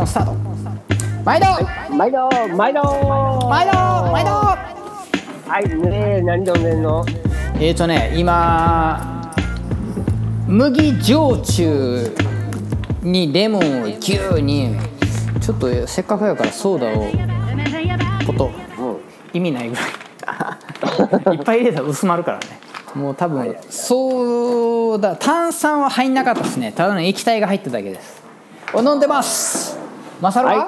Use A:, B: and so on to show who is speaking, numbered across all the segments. A: ンスタート毎度
B: 毎度毎度
A: 毎度毎度
B: はいねえ何飲んでんの
A: えーとね今麦焼酎にレモンをギューにちょっとせっかくやからソーダをこと意味ないぐらいいっぱい入れたら薄まるからねもう多分ソーダ炭酸は入んなかったですねただの液体が入っただけですお飲んでますマサルは、
B: はい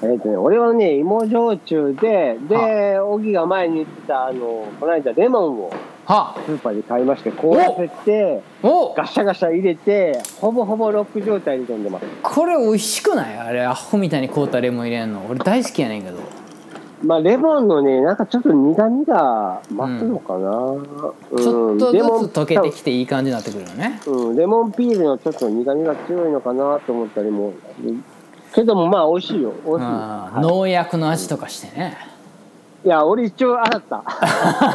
B: えっとね俺はね芋焼酎ででオギが前に言ってたあのこの間レモンを
A: はあ
B: スーパーで買いましてこうやってて
A: お
B: ガシャガシャ入れてほぼほぼロック状態で飲んでます
A: これ美味しくないあれアホみたいに凍ったレモン入れんの俺大好きやねんけど
B: まあレモンのねなんかちょっと苦みが増すのかな、うん
A: ちょっと
B: レモン
A: ずつ溶けてきていい感じになってくるよね
B: うん、レモンピールのちょっと苦みが強いのかなと思ったりもけどもまあ美味しいよ美味し
A: あ
B: い、は
A: あ
B: い
A: 農薬の味とかしてね
B: いや俺一応洗った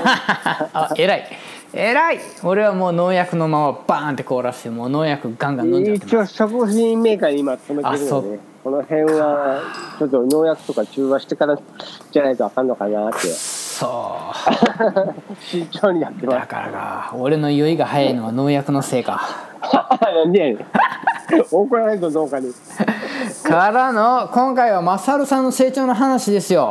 A: あ偉い偉い俺はもう農薬のままバーンって凍らせてもう農薬ガンガン飲んじゃって
B: 一応食品メーカーに今勤めてる
A: あそ
B: の
A: っ
B: でこの辺はちょっと農薬とか中和してからじゃないとあかんのかなって
A: そう
B: 慎重にやってま
A: だ
B: す
A: からか俺の酔いが早いのは農薬のせいか
B: なんでやねん怒られるとどうかに、
A: からの今回はマサルさんの成長の話ですよ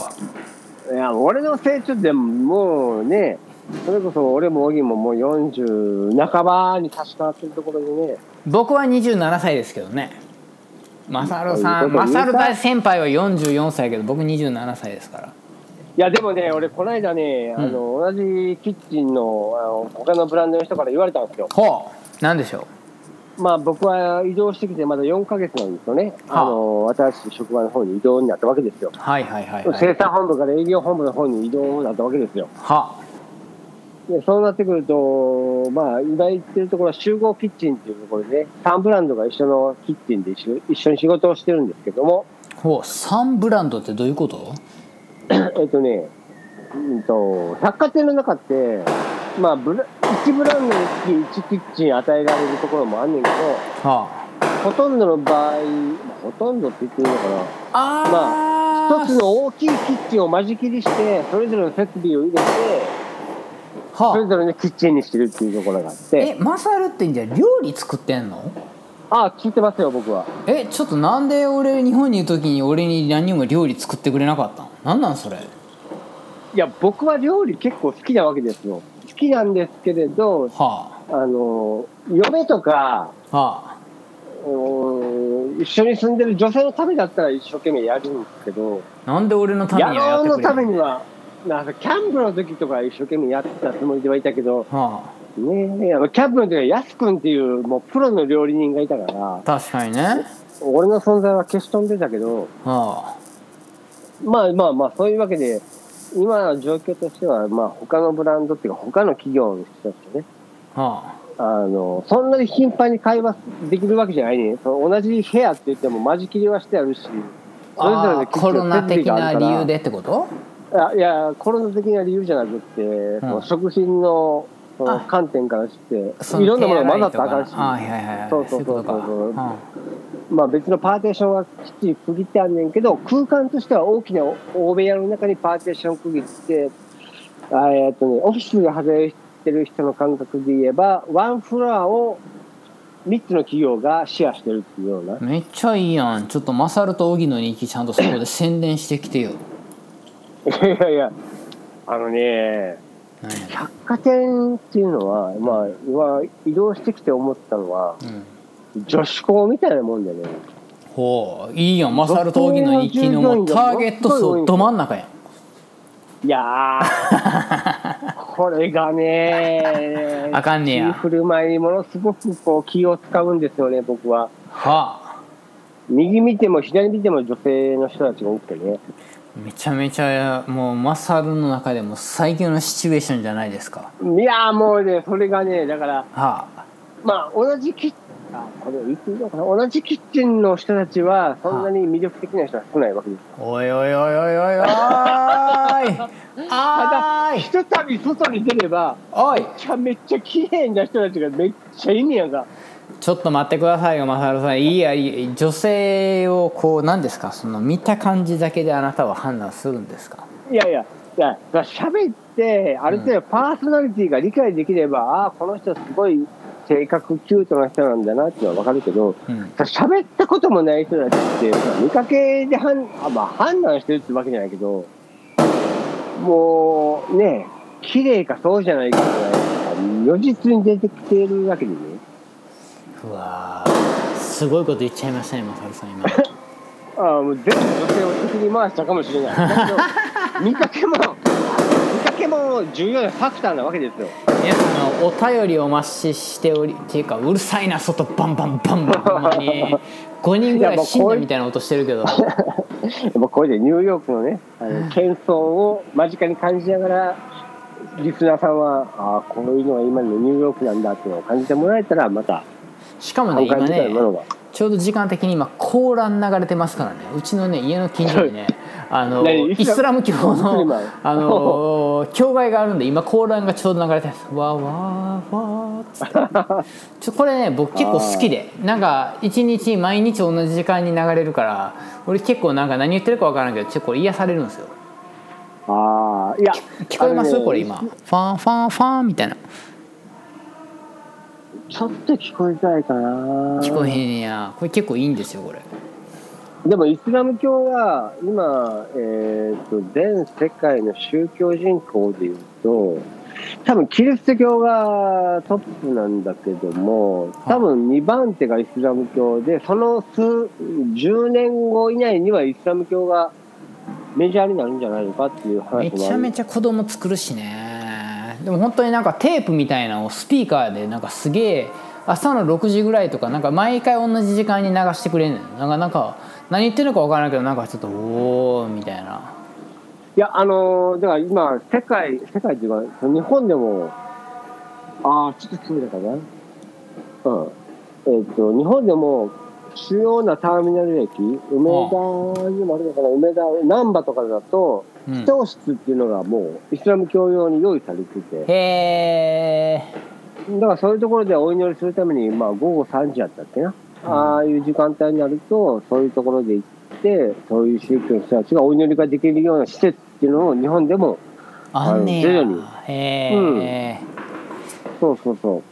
B: いや俺の成長ってもうねそれこそ俺も小木ももう40半ばに差し掛かってるところでね
A: 僕は27歳ですけどねマサルさ
B: そうんいうこ
A: マ
B: と
A: サル大先輩は44歳やけど僕27歳ですから
B: いやでもね、俺、この間ね、あの同じキッチンのあの他のブランドの人から言われたんですよ、
A: ほうなんでしょ
B: まあ、僕は移動してきて、まだ4ヶ月なんですよね、
A: はあ
B: あの新しい職場の方に移動になったわけですよ、
A: うはいはいはいはい
B: 生産本部から営業本部の方に移動になったわけですよ、
A: は
B: でそうなってくると、まあ、今言ってるところは集合キッチンっていうところでね、3ブランドが一緒のキッチンで一緒一緒に仕事をしてるんですけども、
A: ほうサンブランドってどういうこと
B: えっとね、うんと、百貨店の中って、まあ、ブラ1ブランドにつき1キッチン与えられるところもあんねんけど、
A: は
B: ほとんどの場合、まあほとんどって言っていいのか
A: ああ
B: な、まあ、一つ
A: の
B: の大きいキッチンを間仕切りして、それぞれの設備を入れて、
A: は
B: それ
A: あ
B: ぞれのキッチンにしてるっていうところがあっ
A: え
B: て、
A: マサルってじゃあ料理作ってんの
B: ああ、聞いてますよ、僕は。
A: えちょっとなんで俺日本にいる時に俺に何も料理作ってくれなかったのなんなんそれ
B: いや、僕は料理結構好きなわけですよ。好きなんですけれど、
A: は
B: あの、嫁とか、
A: あは
B: うん一緒に住んでる女性のためだったら一生懸命やるんですけど、
A: あなんで俺のため
B: 野
A: にはやっ
B: 郎
A: てくれ
B: の
A: な
B: た
A: い
B: めには、なんかキャンプの時とか一生懸命やってたつもりではいたけど、
A: は
B: ねえ、あのキャンプの時はやすくんっていうもうプロの料理人がいたから
A: あ、確かにねは
B: 俺の存在は消し飛んでたけど、
A: あ
B: まあまあまあ、そういうわけで、今の状況としては、まあ他のブランドっていうか他の企業の人たちとね、
A: は
B: あの、そんなに頻繁に会話できるわけじゃないね。その同じ部屋って言っても間仕切りはしてあるし、
A: あああ
B: キッチン
A: コロナ的な理由
B: 設
A: でってこと
B: 備があるから。いや、いやコロナ的な理由じゃなくって、その食品のその
A: あ
B: 観点からして、
A: その
B: いろんなものが混ざったらあかんし、
A: 手洗いとかあはいはいはい
B: そうそうそうそう
A: いことかは
B: まあ別のパーテーションはきっちり区切ってあんねんけど、空間としては大きな大部屋の中にパーテーション区切って、あえっとね、オフィスが外れてる人の感覚で言えば、ワンフロアを3つの企業がシェアしてるっていうような
A: あ。めっちゃいいやんちょっとマサルと荻野に行きちゃんとそこで宣伝してきてよ
B: いやいやいや、あのね、
A: 何や
B: 百貨店っていうのは、まあ、今移動してきて思ったのは、
A: うん
B: 女子校みたいなもんだよね。
A: ほういいやんマサルと荻野行きのもうターゲット層ど真ん中やん
B: いやー、これがね、
A: あかんねや
B: 立ち居振る舞いにものすごくこう気を使うんですよね、僕は。
A: はあ
B: 右見ても左見ても女性の人たちが多くてね。
A: めちゃめちゃもうマサルの中でも最強のシチュエーションじゃないですか
B: いやーもうね、それがね、だから、
A: はあ
B: まあ、同じキッあこれ言っていいのかな同じキッチンの人たちは、そんなに魅力的な人は少ないわけです。
A: おいおいおいおいおいお いあーい
B: ひとたび外に出れば、
A: おい
B: めっちゃ綺麗な人たちがめっちゃいいねやんか。
A: ちょっと待ってくださいよマサルさんいいやいいや女性をこう何ですかその見た感じだけであなたは判断するんですか
B: いやいや、いや喋って、ある程度パーソナリティが理解できれば、ああ、この人すごい性格キュートな人なんだなっていうのはわかるけど、
A: うん
B: 喋ったこともない人たちって、見かけで判あ、まあ、判断してるってわけじゃないけど、もうね、綺麗かそうじゃないかって如実に出てきているわけでね。
A: うわーすごいこと言っちゃ いましたねマサルさん今
B: ああもう全部女性を敵に回したかもしれない。だけど見かけも、見かけも重要なファクターなわけですよ。
A: 皆さんあのお便りお待ちしておりっていうかうるさいな外バンバンバンバンほんまに5人ぐらい死んだみたいな音してるけど
B: やっぱこれでニューヨークのね、あの喧騒を間近に感じながら、リスナーさんは、ああ、こういうのが今のニューヨークなんだっていうのを感じてもらえたら、また、
A: しかもね
B: 感
A: 今
B: じたい
A: ね
B: ものが。
A: ちょうど時間的に今コーラン流れてますからねうちのね家の近所 にねあの
B: 何
A: イスラム教
B: イス ラム
A: のあの教会があるんで今コーランがちょうど流れてますわーわーわーっつ ってちょこれね僕結構好きでなんか一日毎日同じ時間に流れるから俺結構なんか何言ってるか分からんけどちょっとこれ癒されるんですよ
B: ああ、いや、
A: 聞こえます
B: あのね
A: これ今ファンファンファンみたいな
B: ちょっと聞こえづらいかな。
A: 聞こえへんやこれ結構いいんですよこれ
B: でもイスラム教は今、えー、と全世界の宗教人口でいうと多分キリスト教がトップなんだけども多分2番手がイスラム教でその数10年後以内にはイスラム教がメジャーになるんじゃないのかっていう話もある
A: めちゃめちゃ子供作るしねでも本当になんかテープみたいなのをスピーカーでなんかすげえ朝の6時ぐらいとかなんか毎回同じ時間に流してくれんねんなんかなんか何言ってるのか分からんけどなんかちょっとおおみたいない
B: やあのーだから今世界世界っていうか日本でもああちょっと潰れたかなうんえっ、と日本でも主要なターミナル駅梅田にもあるのかな梅田難波とかだと
A: うん
B: 祈祷室っていうのがもうイスラム教用に用意されてて
A: へえ
B: だからそういうところでお祈りするために、まあ、午後3時やったっけな、ああいう時間帯になるとそういうところで行ってそういう宗教の人たちがお祈りができるような施設っていうのを日本でも
A: あんね
B: あの
A: や
B: 徐々に
A: へえ、
B: そうそうそう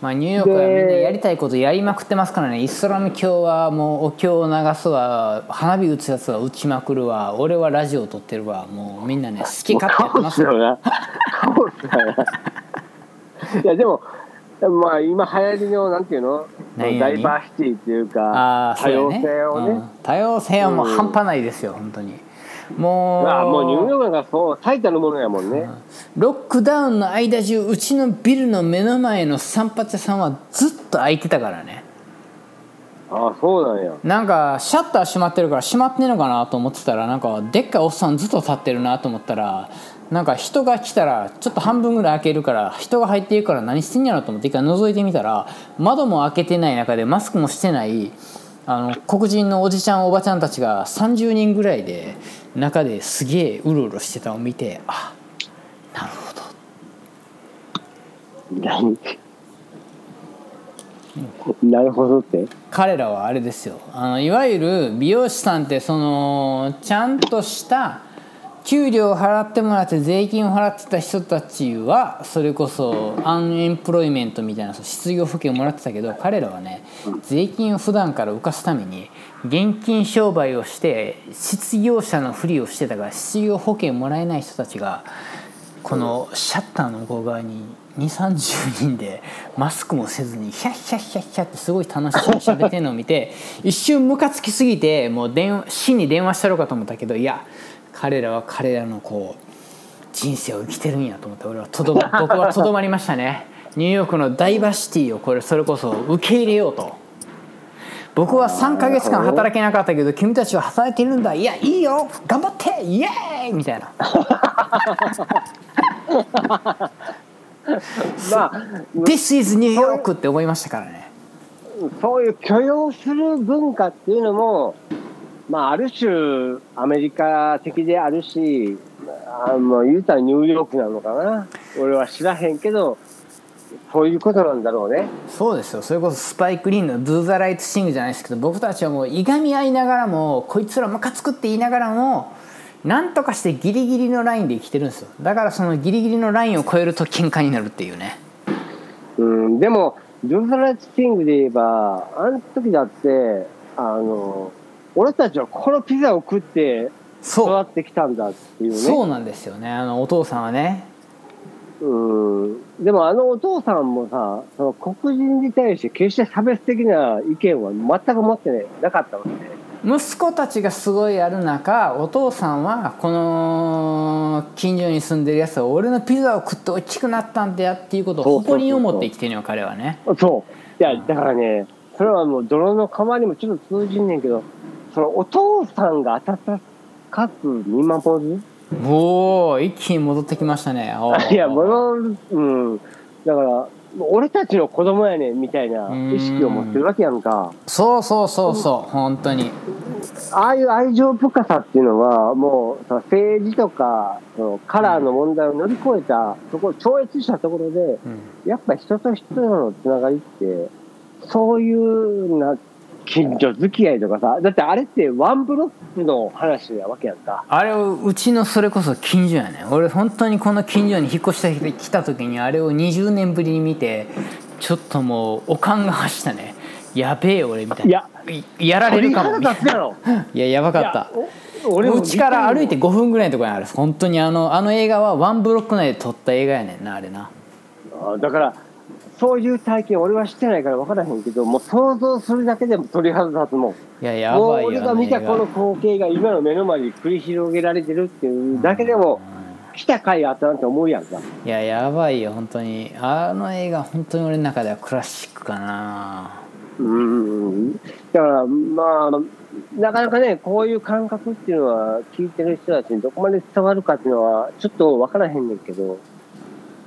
A: まあ、ニューヨークはみんな
B: で
A: やりたいことやりまくってますからねイスラム教はもうお経を流すわ花火打つやつは打ちまくるわ俺はラジオを撮ってるわもうみんなね好き勝手やって
B: カ
A: ま
B: オ
A: す
B: ス
A: よ
B: だよな。カオスだよな。いや、でも、まあ、今流行りの、なんていうの
A: 何々
B: ダイバーシティっていう
A: あ
B: か
A: あ、
B: 多様性
A: そうや
B: を
A: う
B: ね
A: ん。多様性はもう
B: うん
A: 半端ないですよ、本当にもう
B: まあ、もうニューヨークなんかそう、最たるものやもんね。
A: ロックダウンの間中うちのビルの目の前の散髪屋さんはずっと開いてたからね
B: ああ、そうなんや。
A: なんかシャッター閉まってるから閉まってんのかなと思ってたらなんかでっかいおっさんずっと立ってるなと思ったらなんか人が来たらちょっと半分ぐらい開けるから人が入っていくから何してんやろと思って一回覗いてみたら窓も開けてない中でマスクもしてないあの黒人のおじちゃんおばちゃんたちが30人ぐらいで中ですげえうろうろしてたのを見てあなるほど
B: 何なるほどって。
A: 彼らはあれですよあのいわゆる美容師さんってそのちゃんとした給料を払ってもらって税金を払ってた人たちはそれこそアンエンプロイメントみたいなそう失業保険をもらってたけど彼らはね税金を普段から浮かすために現金商売をして失業者のふりをしてたから失業保険もらえない人たちがこのシャッターの向こう側に2三3 0人でマスクもせずにヒャッヒャッヒャッヒャッってすごい楽しそうに喋ってんのを見て一瞬ムカつきすぎてもう電話死に電話したろうかと思ったけどいや彼らは彼らのこう人生を生きてるんやと思って俺はとどま僕はとどまりましたねニューヨークのダイバーシティをこれそれこそ受け入れようと。僕は3ヶ月間働けなかったけど君たちは働いているんだいやいいよ頑張ってイエーイみたいな
B: まあ、
A: 「This is New York」って思いましたからね
B: そういう許容する文化っていうのも、まあ、ある種、アメリカ的であるし、あの言うたらニューヨークなのかな、俺は知らへんけど、そういうことなんだろうね。
A: そうですよそれこそスパイク・リーンの「Do the Right Thing」じゃないですけど僕たちはもういがみ合いながらもこいつらムカつくって言いながらもなんとかしてギリギリのラインで生きてるんですよだからそのギリギリのラインを超えると喧嘩になるっていうね
B: うん、でも、ジョーザライツ・キングで言えば、あの時だって、あの、俺たちはこのピザを食って育
A: そう
B: ってきたんだっていうね。
A: そうなんですよねあのお父さんはね
B: うんでもあのお父さんもさ、その黒人に対して決して差別的な意見は全く持ってねなかったわけで。
A: 息子たちがすごいある中お父さんはこの近所に住んでるやつは俺のピザを食って大きくなったんだよっていうことを誇りに思って生きてるのよ彼はね
B: そう。いや、だからね、それはもう泥の釜にもちょっと通じんねんけど、そのお父さんが温かく見守る
A: おお一気に戻ってきましたねおー
B: いや、物、うん。だから、俺たちの子供やねんみたいな意識を持ってるわけやんか。
A: そうそうそうそう本当に
B: ああいう愛情深さっていうのは、もうさ、政治とか、そのカラーの問題を乗り越えた、ところ、超越したところで、
A: うん
B: やっぱ人と人とのつながりって、そういうな、近所付き合いとかさ、だってあれってワンブロックの話やわけやんか。
A: あれをうちのそれこそ近所やね俺本当にこの近所に引っ越してきた時にあれを20年ぶりに見てちょっともうおかんが走ったねやべえ俺みたいない
B: や
A: やられるかも
B: 鳥
A: みた
B: 肌
A: い
B: 立つやろ。
A: ないややばかった
B: いやお俺も
A: うちから歩いて5分ぐらいのところにある本当にあのあの映画はワンブロック内で撮った映画やねんなあれな
B: あーだから、そういう体験俺はしてないから分からへんけど、もう想像するだけでも鳥肌立つもん。
A: いやや
B: もう
A: ばいよ
B: 俺が見たこの光景が今の目の前に繰り広げられてるっていうだけでも、来た回あったなって思うやんか。
A: いややばいよ本当にあの映画本当に俺の中ではクラシックかな
B: うん。だから、まあ、なかなかね、こういう感覚っていうのは、聞いてる人たちにどこまで伝わるかっていうのは、ちょっと分からへんねんけど、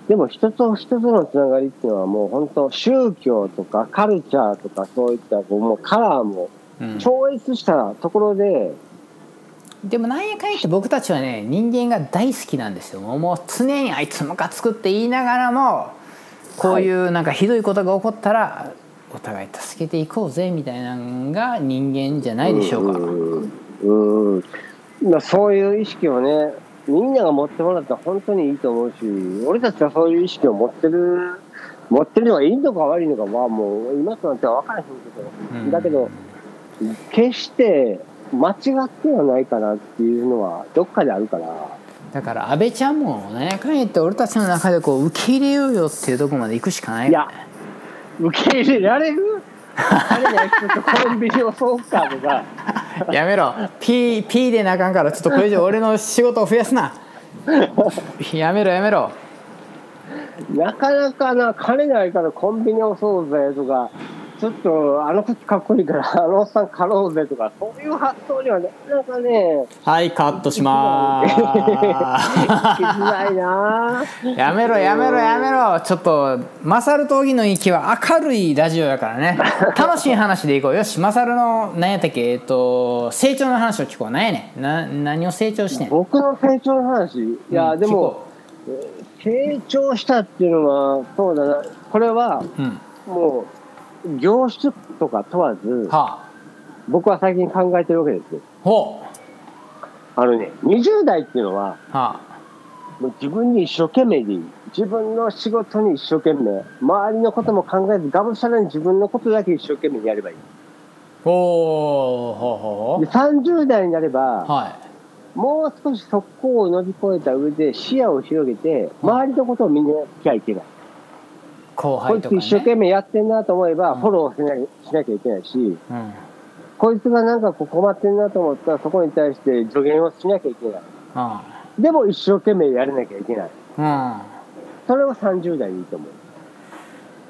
B: でも人と人とのつながりっていうのはもう本当宗教とかカルチャーとかそういったこうもうカラーも
A: うん
B: 超越したところで、
A: でもなんやかんやって僕たちはね人間が大好きなんですよもうもう常にあいつムカつくって言いながらもこういうなんかひどいことが起こったらお互い助けていこうぜみたいなのが人間じゃないでしょうか
B: うんうんまあ、そういう意識をね、みんなが持ってもらったら本当にいいと思うし、俺たちはそういう意識を持ってる、持ってるのがいいのか悪いのかは、もう今となっては分からへんけど、
A: うん
B: だけど、決して間違ってはないかなっていうのは、どっかであるから、
A: だから安倍ちゃんもなんやかんやって俺たちの中でこう受け入れようよっていうところまで行くしかない
B: い
A: よ
B: や
A: ね、
B: 受け入れられるあれね、ちょっとコンビニをそうかとか、
A: やめろ P, P でなあかんからちょっとこれ以上俺の仕事を増やすな やめろやめろ
B: なかなかな、金ないからコンビニをそうぜとか、ちょっとあの靴かっこいいから、 あのおっさん買ろうぜとか、そういう発想にはなかなかね、
A: はいカットしまー
B: 行きづらい な
A: す やめろやめろやめろちょっとマサルと荻野行きは明るいラジオやから ね楽しい話でいこうよしマサルの何やったっけえっと成長の話を聞こう何やねんな何を成長してんの
B: 僕の成長の話、いや、
A: うん
B: でも、成長したっていうのは、そうだな、これは
A: 聞こううんは
B: もう、業種とか問わず、
A: あ
B: 僕は最近考えてるわけですよ。
A: ほ
B: あのね、20代っていうのは、
A: うは
B: もう自分に一生懸命でいい。自分の仕事に一生懸命。周りのことも考えず、がむしゃらに自分のことだけ一生懸命にやればいい。
A: あおーほうほ
B: で30代になれ
A: う
B: ば、
A: ほうはい
B: もう少しそこを乗り越えた上で視野を広げて、周りのことを見なきゃいけない。
A: 後
B: こ
A: 輩
B: い
A: と
B: つ
A: か、ね、
B: 一生懸命やってんなと思えば、
A: ん
B: フォローしなしなきゃいけないし、
A: うん
B: こいつがなんかこう困ってんなと思ったら、そこに対して助言をしなきゃいけない。でも一生懸命やらなきゃいけない。
A: うんうん
B: それを30代にいいと思う。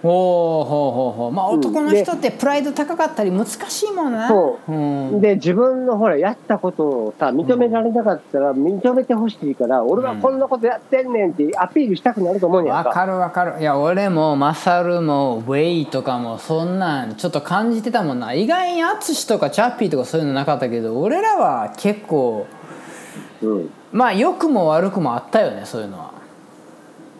A: おーほうほうほうまあ
B: うん
A: 男の人ってプライド高かったり難しいもんな
B: そ
A: うん、
B: で、自分のほら、やったことをさ、認められなかったら、認めてほしいから、俺はこんなことやってんねんってアピールしたくなると思うんやん
A: わ
B: か。
A: かるわかるいや俺もマサルもウェイとかもそんなんちょっと感じてたもんな意外に淳とかチャッピーとかそういうのなかったけど俺らは結構
B: うん。
A: まあ良くも悪くもあったよねそういうのは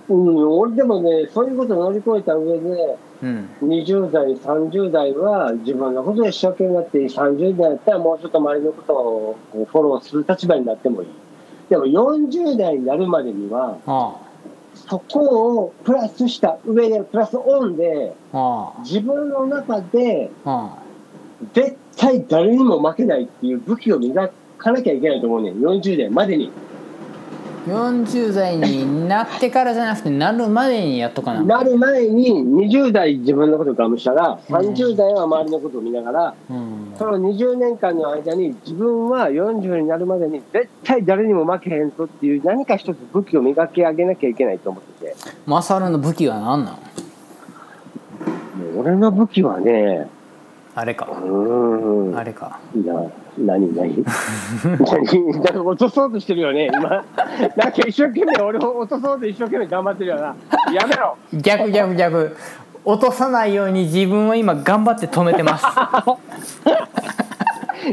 B: うん、俺でもね、そういうことを乗り越えた上で、
A: うん
B: 20代、30代は自分のことで一生懸命やって、30代だったらもうちょっと周りのことをこうフォローする立場になってもいい。でも40代になるまでには、
A: あ
B: そこをプラスした上で、プラスオンで、
A: ああ
B: 自分の中で
A: ああ
B: 絶対誰にも負けないっていう武器を磨かなきゃいけないと思うねん40代まで
A: あ
B: に。
A: 40代になってからじゃなくてなるまでにやっとかな
B: なる前に20代自分のことをがむしたら30代は周りのことを見ながら
A: うん
B: その20年間の間に自分は40になるまでに絶対誰にも負けへんぞっていう何か一つ武器を磨き上げなきゃいけないと思ってて
A: マサルの武器は何なの
B: もう俺の武器はね
A: あれか
B: うーん
A: あれか
B: いや何何何なんか落とそうとしてるよね今なんか一生懸命俺を落とそうと一生懸命頑張ってるよなやめろ
A: 逆逆逆落とさないように自分を今頑張って止めて ます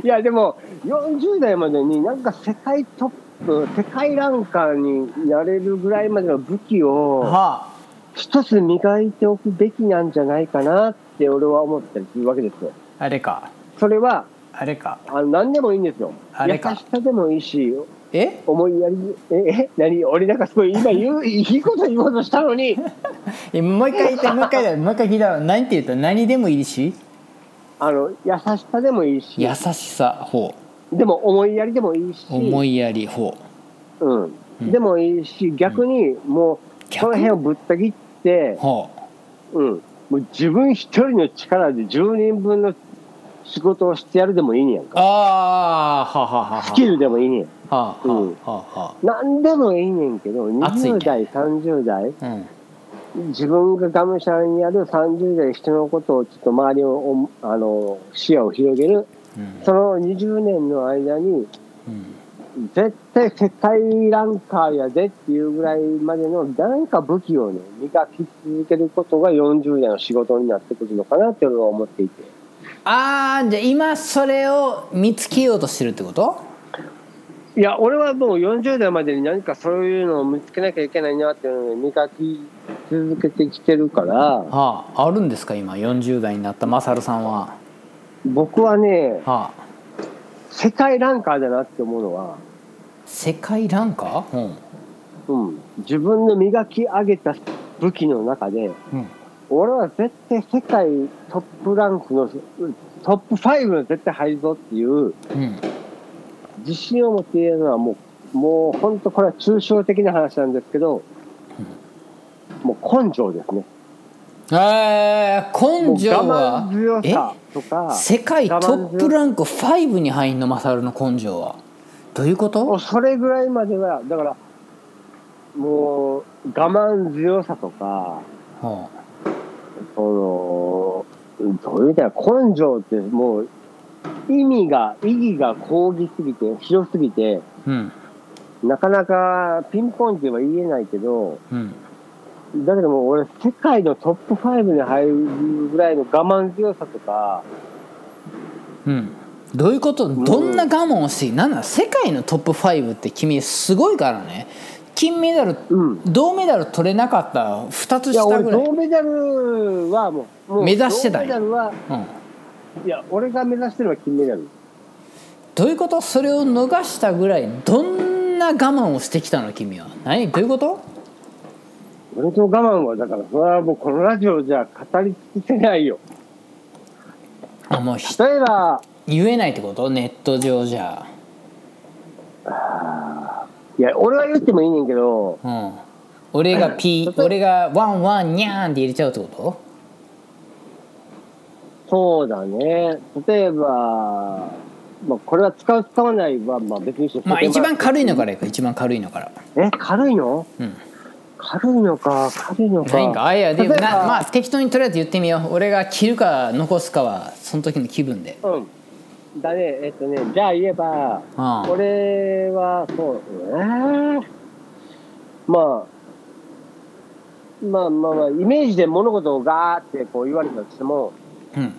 B: いやでも40代までになんか世界トップ世界ランカーになれるぐらいまでの武器を
A: は
B: 一つ磨いておくべきなんじゃないかなって俺は思ったりするわけですよ。
A: ああれか
B: それは
A: あれか
B: あ何でもいいんですよ。
A: あ
B: 優
A: れ
B: し
A: か
B: さでもいいし
A: え
B: 思いやりええ何俺なんかすごい今言ういいこと言おうとしたのに
A: えもう一回言 ってもう一回だよもう一回聞いたら何て言った何でもいいし
B: あの優しさでもいいし
A: 優しさほ
B: でも思いやりでもいいし。
A: う思いやりほ
B: うん
A: うん
B: でもいいし逆にもう
A: 逆
B: その辺をぶった切って
A: う、ほ
B: うん、もう自分一人の力で10人分の仕事をしてやるでもいいねやん
A: うあ
B: か
A: あはははは
B: スキルでもいいねん
A: はあ
B: うん
A: はあは
B: 何でもいいねんけど
A: 熱いね
B: 20代30代
A: あうん
B: 自分ががむしゃらにやる30代人のことをちょっと周りをおあの視野を広げる
A: うん
B: その20年の間に
A: うん
B: 絶対世界ランカーやでっていうぐらいまでの何か武器をね磨き続けることが40代の仕事になってくるのかなって俺は思っていて
A: ああじゃあ今それを見つけようとしてるってこと
B: いや俺はもう40代までに何かそういうのを見つけなきゃいけないなっていうのを磨き続けてきてるから
A: はああるんですか今40代になったマサルさんは
B: 僕はね
A: はあ
B: 世界ランカーだなって思うのは、
A: 世界ランカーうん
B: うん、自分の磨き上げた武器の中で
A: うん
B: 俺は絶対世界トップランクのトップ5の絶対入るぞっていう
A: うん
B: 自信を持って言えるのはもう、もう本当これは抽象的な話なんですけど、もう根性ですね。
A: えー、
B: もう
A: 根性
B: 我
A: は
B: 慢強
A: え
B: さとか、
A: 世界ト
B: 我慢強さ
A: ップランク5に入んのマサルの根性はどういうこ
B: も
A: と
B: うそれぐらいまでは、だから、もう我慢強さとか、
A: は
B: その、どういうたら根性ってもう、意味が、意義が広義すぎて、広すぎて、
A: あうん
B: なかなかピンポイントでは言えないけど、
A: うん
B: だけどもう俺、世界のトップ5に入るぐらいの我慢強さとか、
A: うんどういうことどんな我慢をしていいなんなら世界のトップ5って君すごいからね金メダル
B: うん。
A: 銅メダル取れなかった2つ
B: いや、
A: 下
B: 俺、
A: ぐらい
B: 銅メダルはもう、もう
A: 目指してたんや
B: 銅メダルは、
A: うん
B: いや、俺が目指してるのは金メダル。
A: どういうことそれを逃したぐらいどんな我慢をしてきたの君は何どういうこと
B: 俺の我慢は、だから、それはもうこのラジオじゃ語り尽くせないよ。
A: あもうひ
B: 例えば、
A: 言えないってことネット上じゃ
B: いや、俺は言ってもいいねんけど、
A: うん俺が P 俺がワンワンニャーンって入れちゃうってこ
B: そうだね。例えば、まあ、これは使う、使わないは、まあ別にして
A: とまあ一番軽いのからいく一番軽いのから
B: え、軽いの
A: うん
B: 軽いのか、軽いのか。
A: ないんかあいやでも
B: 例えば
A: なまあ適当にとりあえず言ってみよう俺が切るか残すかはその時の気分で
B: うん。だね、えっとね、じゃあ言えば、
A: ああ
B: 俺は、そう、えー、まあ、まあまあまあ、イメージで物事をガーってこう言われたとしても、
A: うん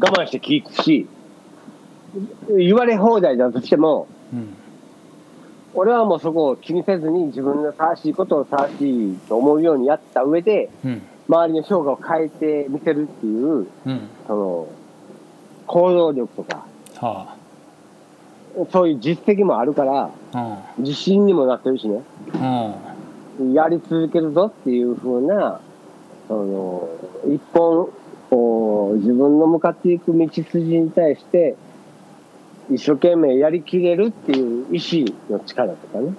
B: 我慢して聞くし、言われ放題だとしても、
A: うん
B: 俺はもうそこを気にせずに自分の正しいことを正しいと思うようにやった上で、
A: うん
B: 周りの評価を変えてみせるっていう、
A: うん
B: その、行動力とか、
A: は
B: そういう実績もあるから、
A: あ
B: 自信にもなってるしね、
A: うんうん
B: やり続けるぞっていう風な、その、一本、こう、自分の向かっていく道筋に対して、一生懸命やりきれるっていう意志の力とかね。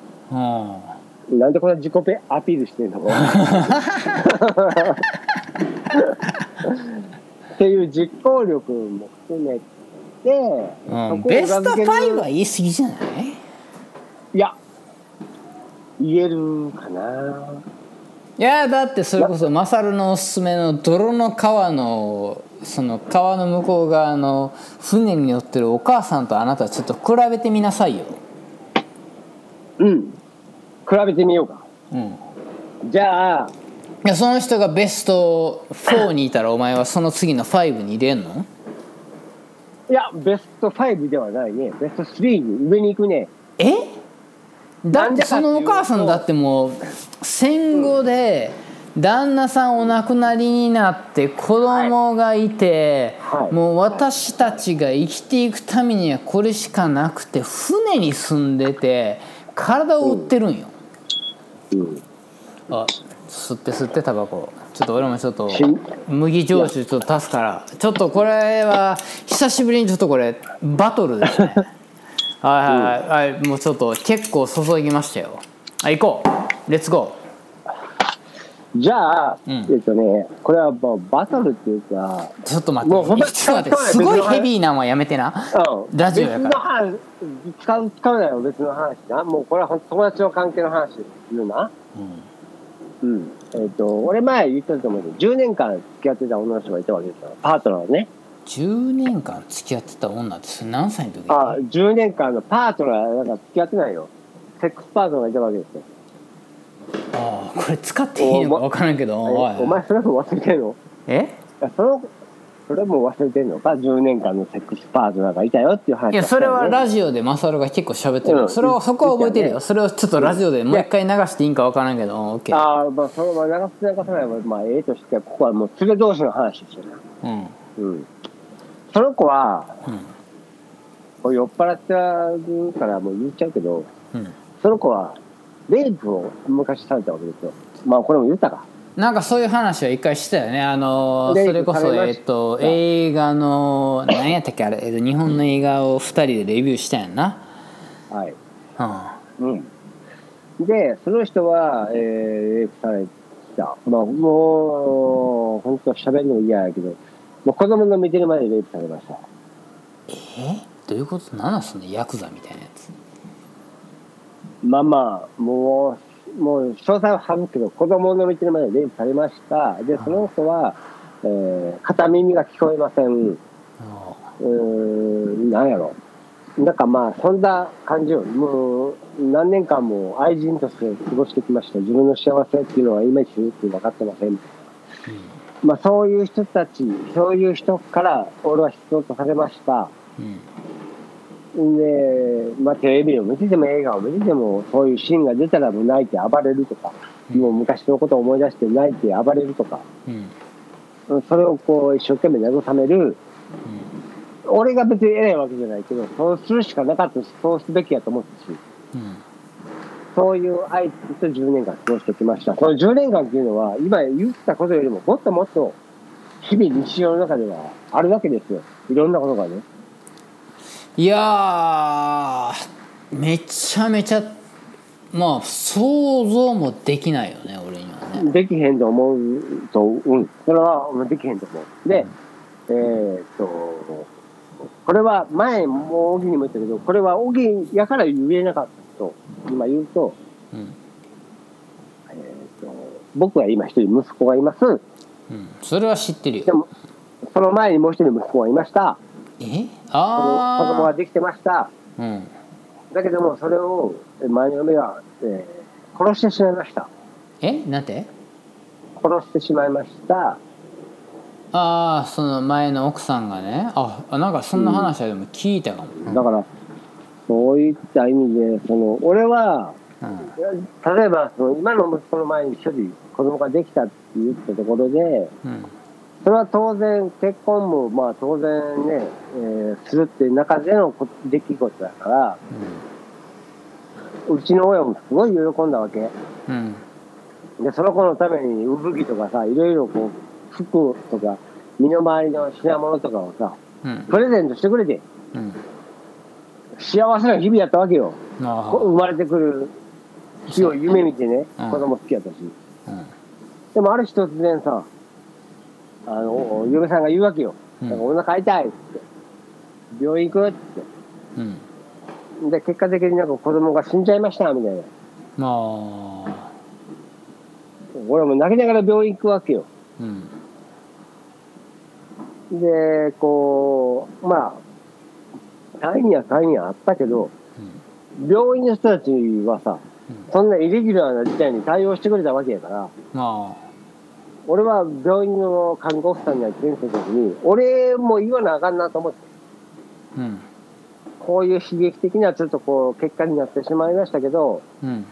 A: うん
B: なんでこんな自己ペアピールしてんのか分かんないっていう実行力も含めて、
A: うん
B: そこを
A: ベスト
B: 裏付ける
A: 5は言い過ぎじゃない
B: いや言えるかない
A: やだってそれこそマサルのおすすめの泥の川のその川の向こう側の船に乗ってるお母さんとあなたちょっと比べてみなさいよ、
B: うん比べてみようか
A: うん、い
B: じゃあ
A: やその人がベスト4にいたらお前はその次の5に入れんの
B: いやベスト5ではないねベスト3に上に行くね
A: えだ
B: な
A: っ
B: ん
A: て
B: でか
A: そのお母さんだってもう戦後で旦那さんお亡くなりになって子供がいて
B: はい
A: もう私たちが生きていくためにはこれしかなくて船に住んでて体を売ってるんよ。
B: うん
A: あ吸って吸ってタバコちょっと俺もちょっと
B: し
A: 麦焼酎ちょっと足すからちょっとこれは久しぶりにちょっとこれバトル ですねはいはいはい、はい、もうちょっと結構注ぎましたよはい行こうレッツゴ
B: じゃあ、
A: うん
B: えっとねこれはもうバトルっていうか
A: ーちょっと待
B: もうほん
A: っ
B: ま
A: てちょっと待ってす
B: 使わ
A: ご
B: ない
A: いヘビーなもんはやめてな
B: うん
A: ラジオやから
B: 別の話使う使わないは別の話なもうこれは本当友達の関係の話言うな
A: うん
B: うんえっ、と俺前言ったと思うけど10年間付き合ってた女の人がいたわけですよパートナーをね
A: 10年間付き合ってた女ってそれ何歳の時
B: あ10年間のパートナーなんか付き合ってないよセックスパートナーがいたわけですよ
A: あーこれ使っていいのか分からんけどおい
B: えお前それも忘れてんの
A: え
B: いやそのそれも忘れてんのか10年間のセックスパートナーがいたよっていう話
A: いやそれはラ
B: ジ
A: ジオでマサルが結構喋ってる、
B: うん
A: それをそこは覚えてるよ、
B: うん
A: それをちょっとラジオでもう一回流していいんかわからんけど OK、
B: ああまあそれは流す流さないはまあええとしてここはもう連れ同士の話ですよね
A: うんうん、
B: うんその子は、これ酔っ払ってるからもう言っちゃうけど、
A: うん、
B: その子は、レイプを昔されたわけですよ。まあこれも言ったか。
A: なんかそういう話は一回したよねあのー
B: レイ
A: そ
B: プ
A: れこ
B: さ
A: そ
B: れま
A: え
B: し
A: っ、と映画の何やったっけあれ、えっと日本の映画を二人でレビューしたやんな
B: はい。
A: う
B: うん。で、その人は、えー、レイプされた。まあもう、本当喋るの嫌やけど、もう子供の見てる前にレイプされました。
A: んえどういうことなんなんそのヤクザみたいなやつ
B: まあまあ、もう、もう詳細は省くけど、子供の見てる前にレイプされました。で、その人は、えー、片耳が聞こえません。
A: あ
B: うーん、なんやろ。なんかまあ、そんな感じよ。もう、何年間も愛人として過ごしてきました。自分の幸せっていうのは今一つ分かってません。まあ、そういう人たち、そういう人から、俺は必要とされました。
A: ーうん
B: んで、まあ、テレビを見てても映画を見てても、そういうシーンが出たらもう泣いて暴れるとか、もう昔のことを思い出して泣いて暴れるとか、
A: うんうん
B: うんそれをこう一生懸命慰める、俺が別に偉いわけじゃないけど、そうするしかなかったし、そうすべきやと思ったし、
A: うん
B: そういう相手と10年間過ごしてきました。この10年間っていうのは、今言ったことよりももっともっと、日々日常の中ではあるわけですよ。いろんなことがね。
A: いやーめちゃめちゃまあ想像もできないよね俺にはね
B: できへんと思うと、うん。それはうんできへんと思う。で、えーっと、これは前も小木にも言ったけど、これは小木やから言えなかったと、今言うと、
A: うん、
B: えーっと、僕は今一人息子がいます。
A: うん、それは知ってる
B: で
A: よ
B: も、その前にもう一人息子がいました。
A: え
B: 子供が
A: あ
B: できてました。
A: あうん
B: だけども、それを、え前の嫁が、えー殺してしまいました。
A: えなんて
B: 殺してしまいました。
A: ああその前の奥さんがねああなんかそんな話はでも聞いたかも、うん
B: だから、そういった意味で、その俺は、
A: うん
B: 例えばその今の息子の前に一人子供ができたって言ったところで、
A: うん
B: それは当然、結婚もまあ当然ね、えーするっていう中でのこ出来事だから、うちの親もすごい喜んだわけ。
A: うん
B: で、その子のために産着とかさ、いろいろこう、服とか、身の回りの品物とかをさ、
A: うん
B: プレゼントしてくれて、
A: うん
B: 幸せな日々やったわけよ。
A: あ
B: こ生まれてくる日を夢見てね、
A: うん
B: 子供好きやったし。
A: あうん
B: でもある日突然さ、あの、お嫁さんが言うわけよ。
A: うん
B: なんかお腹痛いっつって。病院行くっつって。
A: うん
B: で、結果的になんか子供が死んじゃいました、みたいな。
A: まあ
B: 俺も泣きながら病院行くわけよ。
A: うん
B: で、こう、まあ、単位や単位やあったけど、病院の人たちはさ、
A: うん
B: そんなイレギュラーな事態に対応してくれたわけやから、
A: まあ
B: 俺は病院の看護婦さんにやってる時に、俺も言わなあかんなと思って、
A: うん
B: こういう刺激的なちょっとこう、結果になってしまいましたけど、
A: うん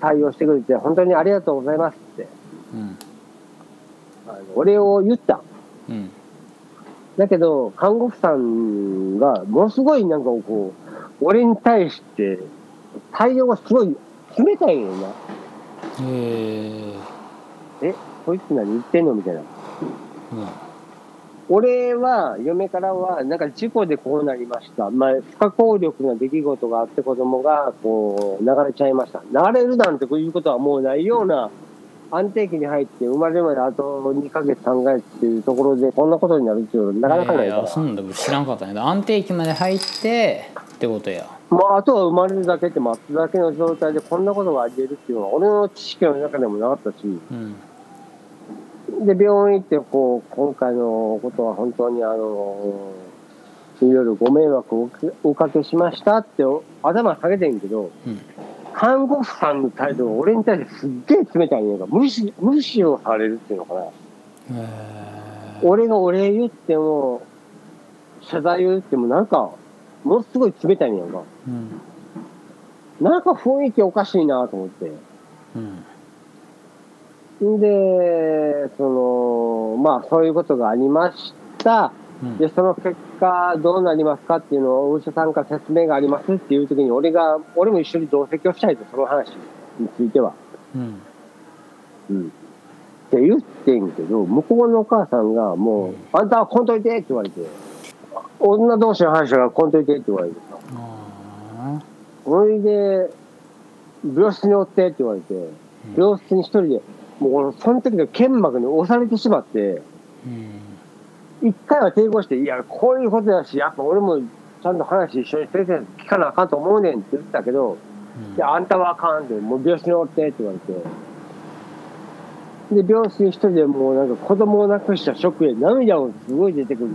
B: 対応してくれて、本当にありがとうございますって、
A: うん
B: あのお礼を言った。
A: うん
B: だけど、看護婦さんが、ものすごいなんかこう、俺に対して、対応がすごい冷たいよな。
A: ええ
B: え、こいつ何言ってんのみたいな。
A: うん
B: 俺は、嫁からは、なんか事故でこうなりました。まあ、不可抗力な出来事があって子供が、こう、流れちゃいました。流れるなんていうことはもうないような、安定期に入って、生まれるまであと2ヶ月、3ヶ月っていうところで、こんなことになるっていうのはなかなかない
A: や
B: か
A: や
B: ら。
A: そんなの知らんかったんやけど安定期まで入ってってことや
B: まあ、あとは生まれるだけって待つだけの状態でこんなことがあり得るっていうのは俺の知識の中でもなかったし、
A: うん
B: で、病院行って、こう、今回のことは本当にあの、いろいろご迷惑をおかけおかけしましたって頭下げてんけど、
A: うん
B: 看護婦さんの態度が俺に対してすっげえ冷たいねんか無視、無視をされるっていうのかな。
A: えー
B: 俺がお礼言っても、謝罪を言ってもなんか、ものすごい冷たいねんか。
A: うん
B: なんか雰囲気おかしいなと思って。
A: うん
B: で、その、まあ、そういうことがありました。
A: うん
B: で、その結果、どうなりますかっていうのを、お医者さんから説明がありますっていう時に、俺が、俺も一緒に同席をしたいと、その話については。
A: うん
B: うん。って言ってんけど、向こうのお母さんが、もう、あんたはこんといてって言われて、女同士の話がこんといてって言われてさ、
A: あ
B: それで、病室におってって言われて、病室に一人で、もう俺、その時の剣幕に押されてしまって、
A: ーうん
B: 一回は抵抗して、いや、こういうことだし、やっぱ俺もちゃんと話一緒に先生に聞かなあかんと思うねんって言ったけど、
A: うん
B: いや、あんたはあかんって、もう病室におってって言われて。で、病室に一人でもうなんか子供を亡くしたショックで涙もすごい出てくるし、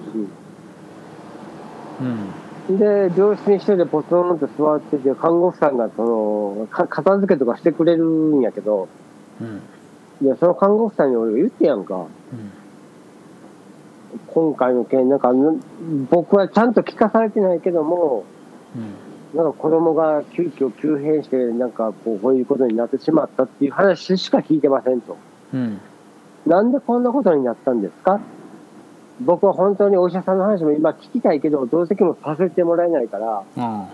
A: うん
B: で、病室に一人でポツンと座ってて、看護婦さんがその、か片付けとかしてくれるんやけど、
A: うん
B: いや、その看護婦さんに俺が言ってやんか。
A: うん
B: 今回の件、なんか、ん僕はちゃんと聞かされてないけども、
A: うん
B: なんか子供が急遽急変して、なんかこう、こういうことになってしまったっていう話しか聞いてませんと。
A: うん
B: なんでこんなことになったんですか僕は本当にお医者さんの話も今聞きたいけど、同席もさせてもらえないから、
A: あ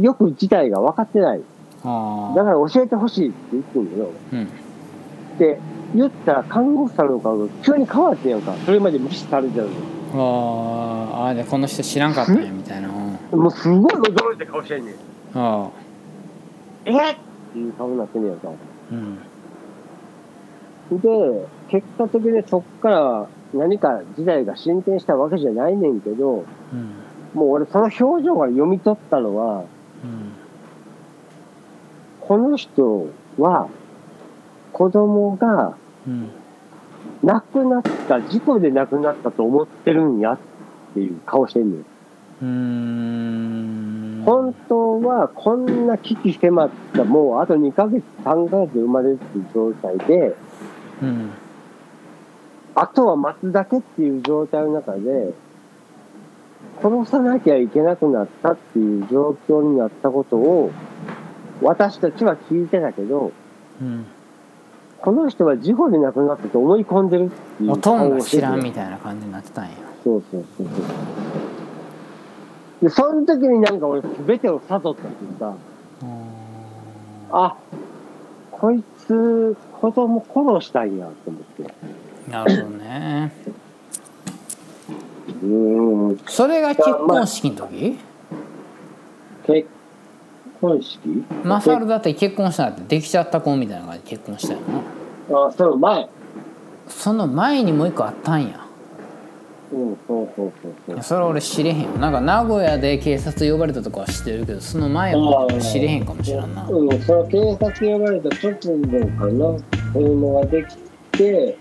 B: よく事態が分かってない。
A: ああ
B: だ
A: あ
B: から教えてほしいって言ってんけど、
A: うん
B: で、言ったら看護婦さんの顔が急に変わってんやんか。それまで無視されてる
A: あーあーでこの人知らんかったんやみたいなうんあ
B: の。もうすごい驚いた顔してんねん。
A: あ
B: えっっていう顔になってんねやんか。
A: うん
B: で、結果的にそっから何か事態が進展したわけじゃないねんけど、
A: うん
B: もう俺その表情から読み取ったの
A: う
B: は、
A: ん
B: この人は子供が
A: うん
B: 亡くなった、事故で亡くなったと思ってるんやっていう顔してんのよ。
A: うーん
B: 本当はこんな危機迫った、もうあと2ヶ月、3ヶ月で生まれるっていう状態で、
A: うん
B: あとは待つだけっていう状態の中で、殺さなきゃいけなくなったっていう状況になったことを、私たちは聞いてたけど、
A: うん、
B: この人は事故で亡くなったと思い込んでるっていう
A: ほとんど知らん
B: たい
A: みたいな感じになってたんや
B: そうそうそうそう。で、その時になんか俺、すべてを悟ったっていうか、あ、こいつ、子供殺したんやと思って。
A: なるほどね
B: うーん、
A: それが結婚式の時
B: 結婚式
A: マサルだって結婚したってできちゃった子みたいな感じで結婚したよな
B: あ、その前。
A: その前にもう一個あったんや
B: うん、そうそうそうそう
A: いや。それは俺知れへんよなんか名古屋で警察呼ばれたとかは知ってるけどその前は俺知れへんかもしれんな
B: うん、その警察呼ばれた直後かな、そういうのができて、で、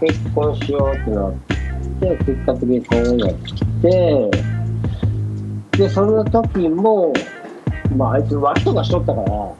B: 結婚しようってなって、結果的にこうなって、で、その時も、まあ、あいつ、ワキとかしとったから、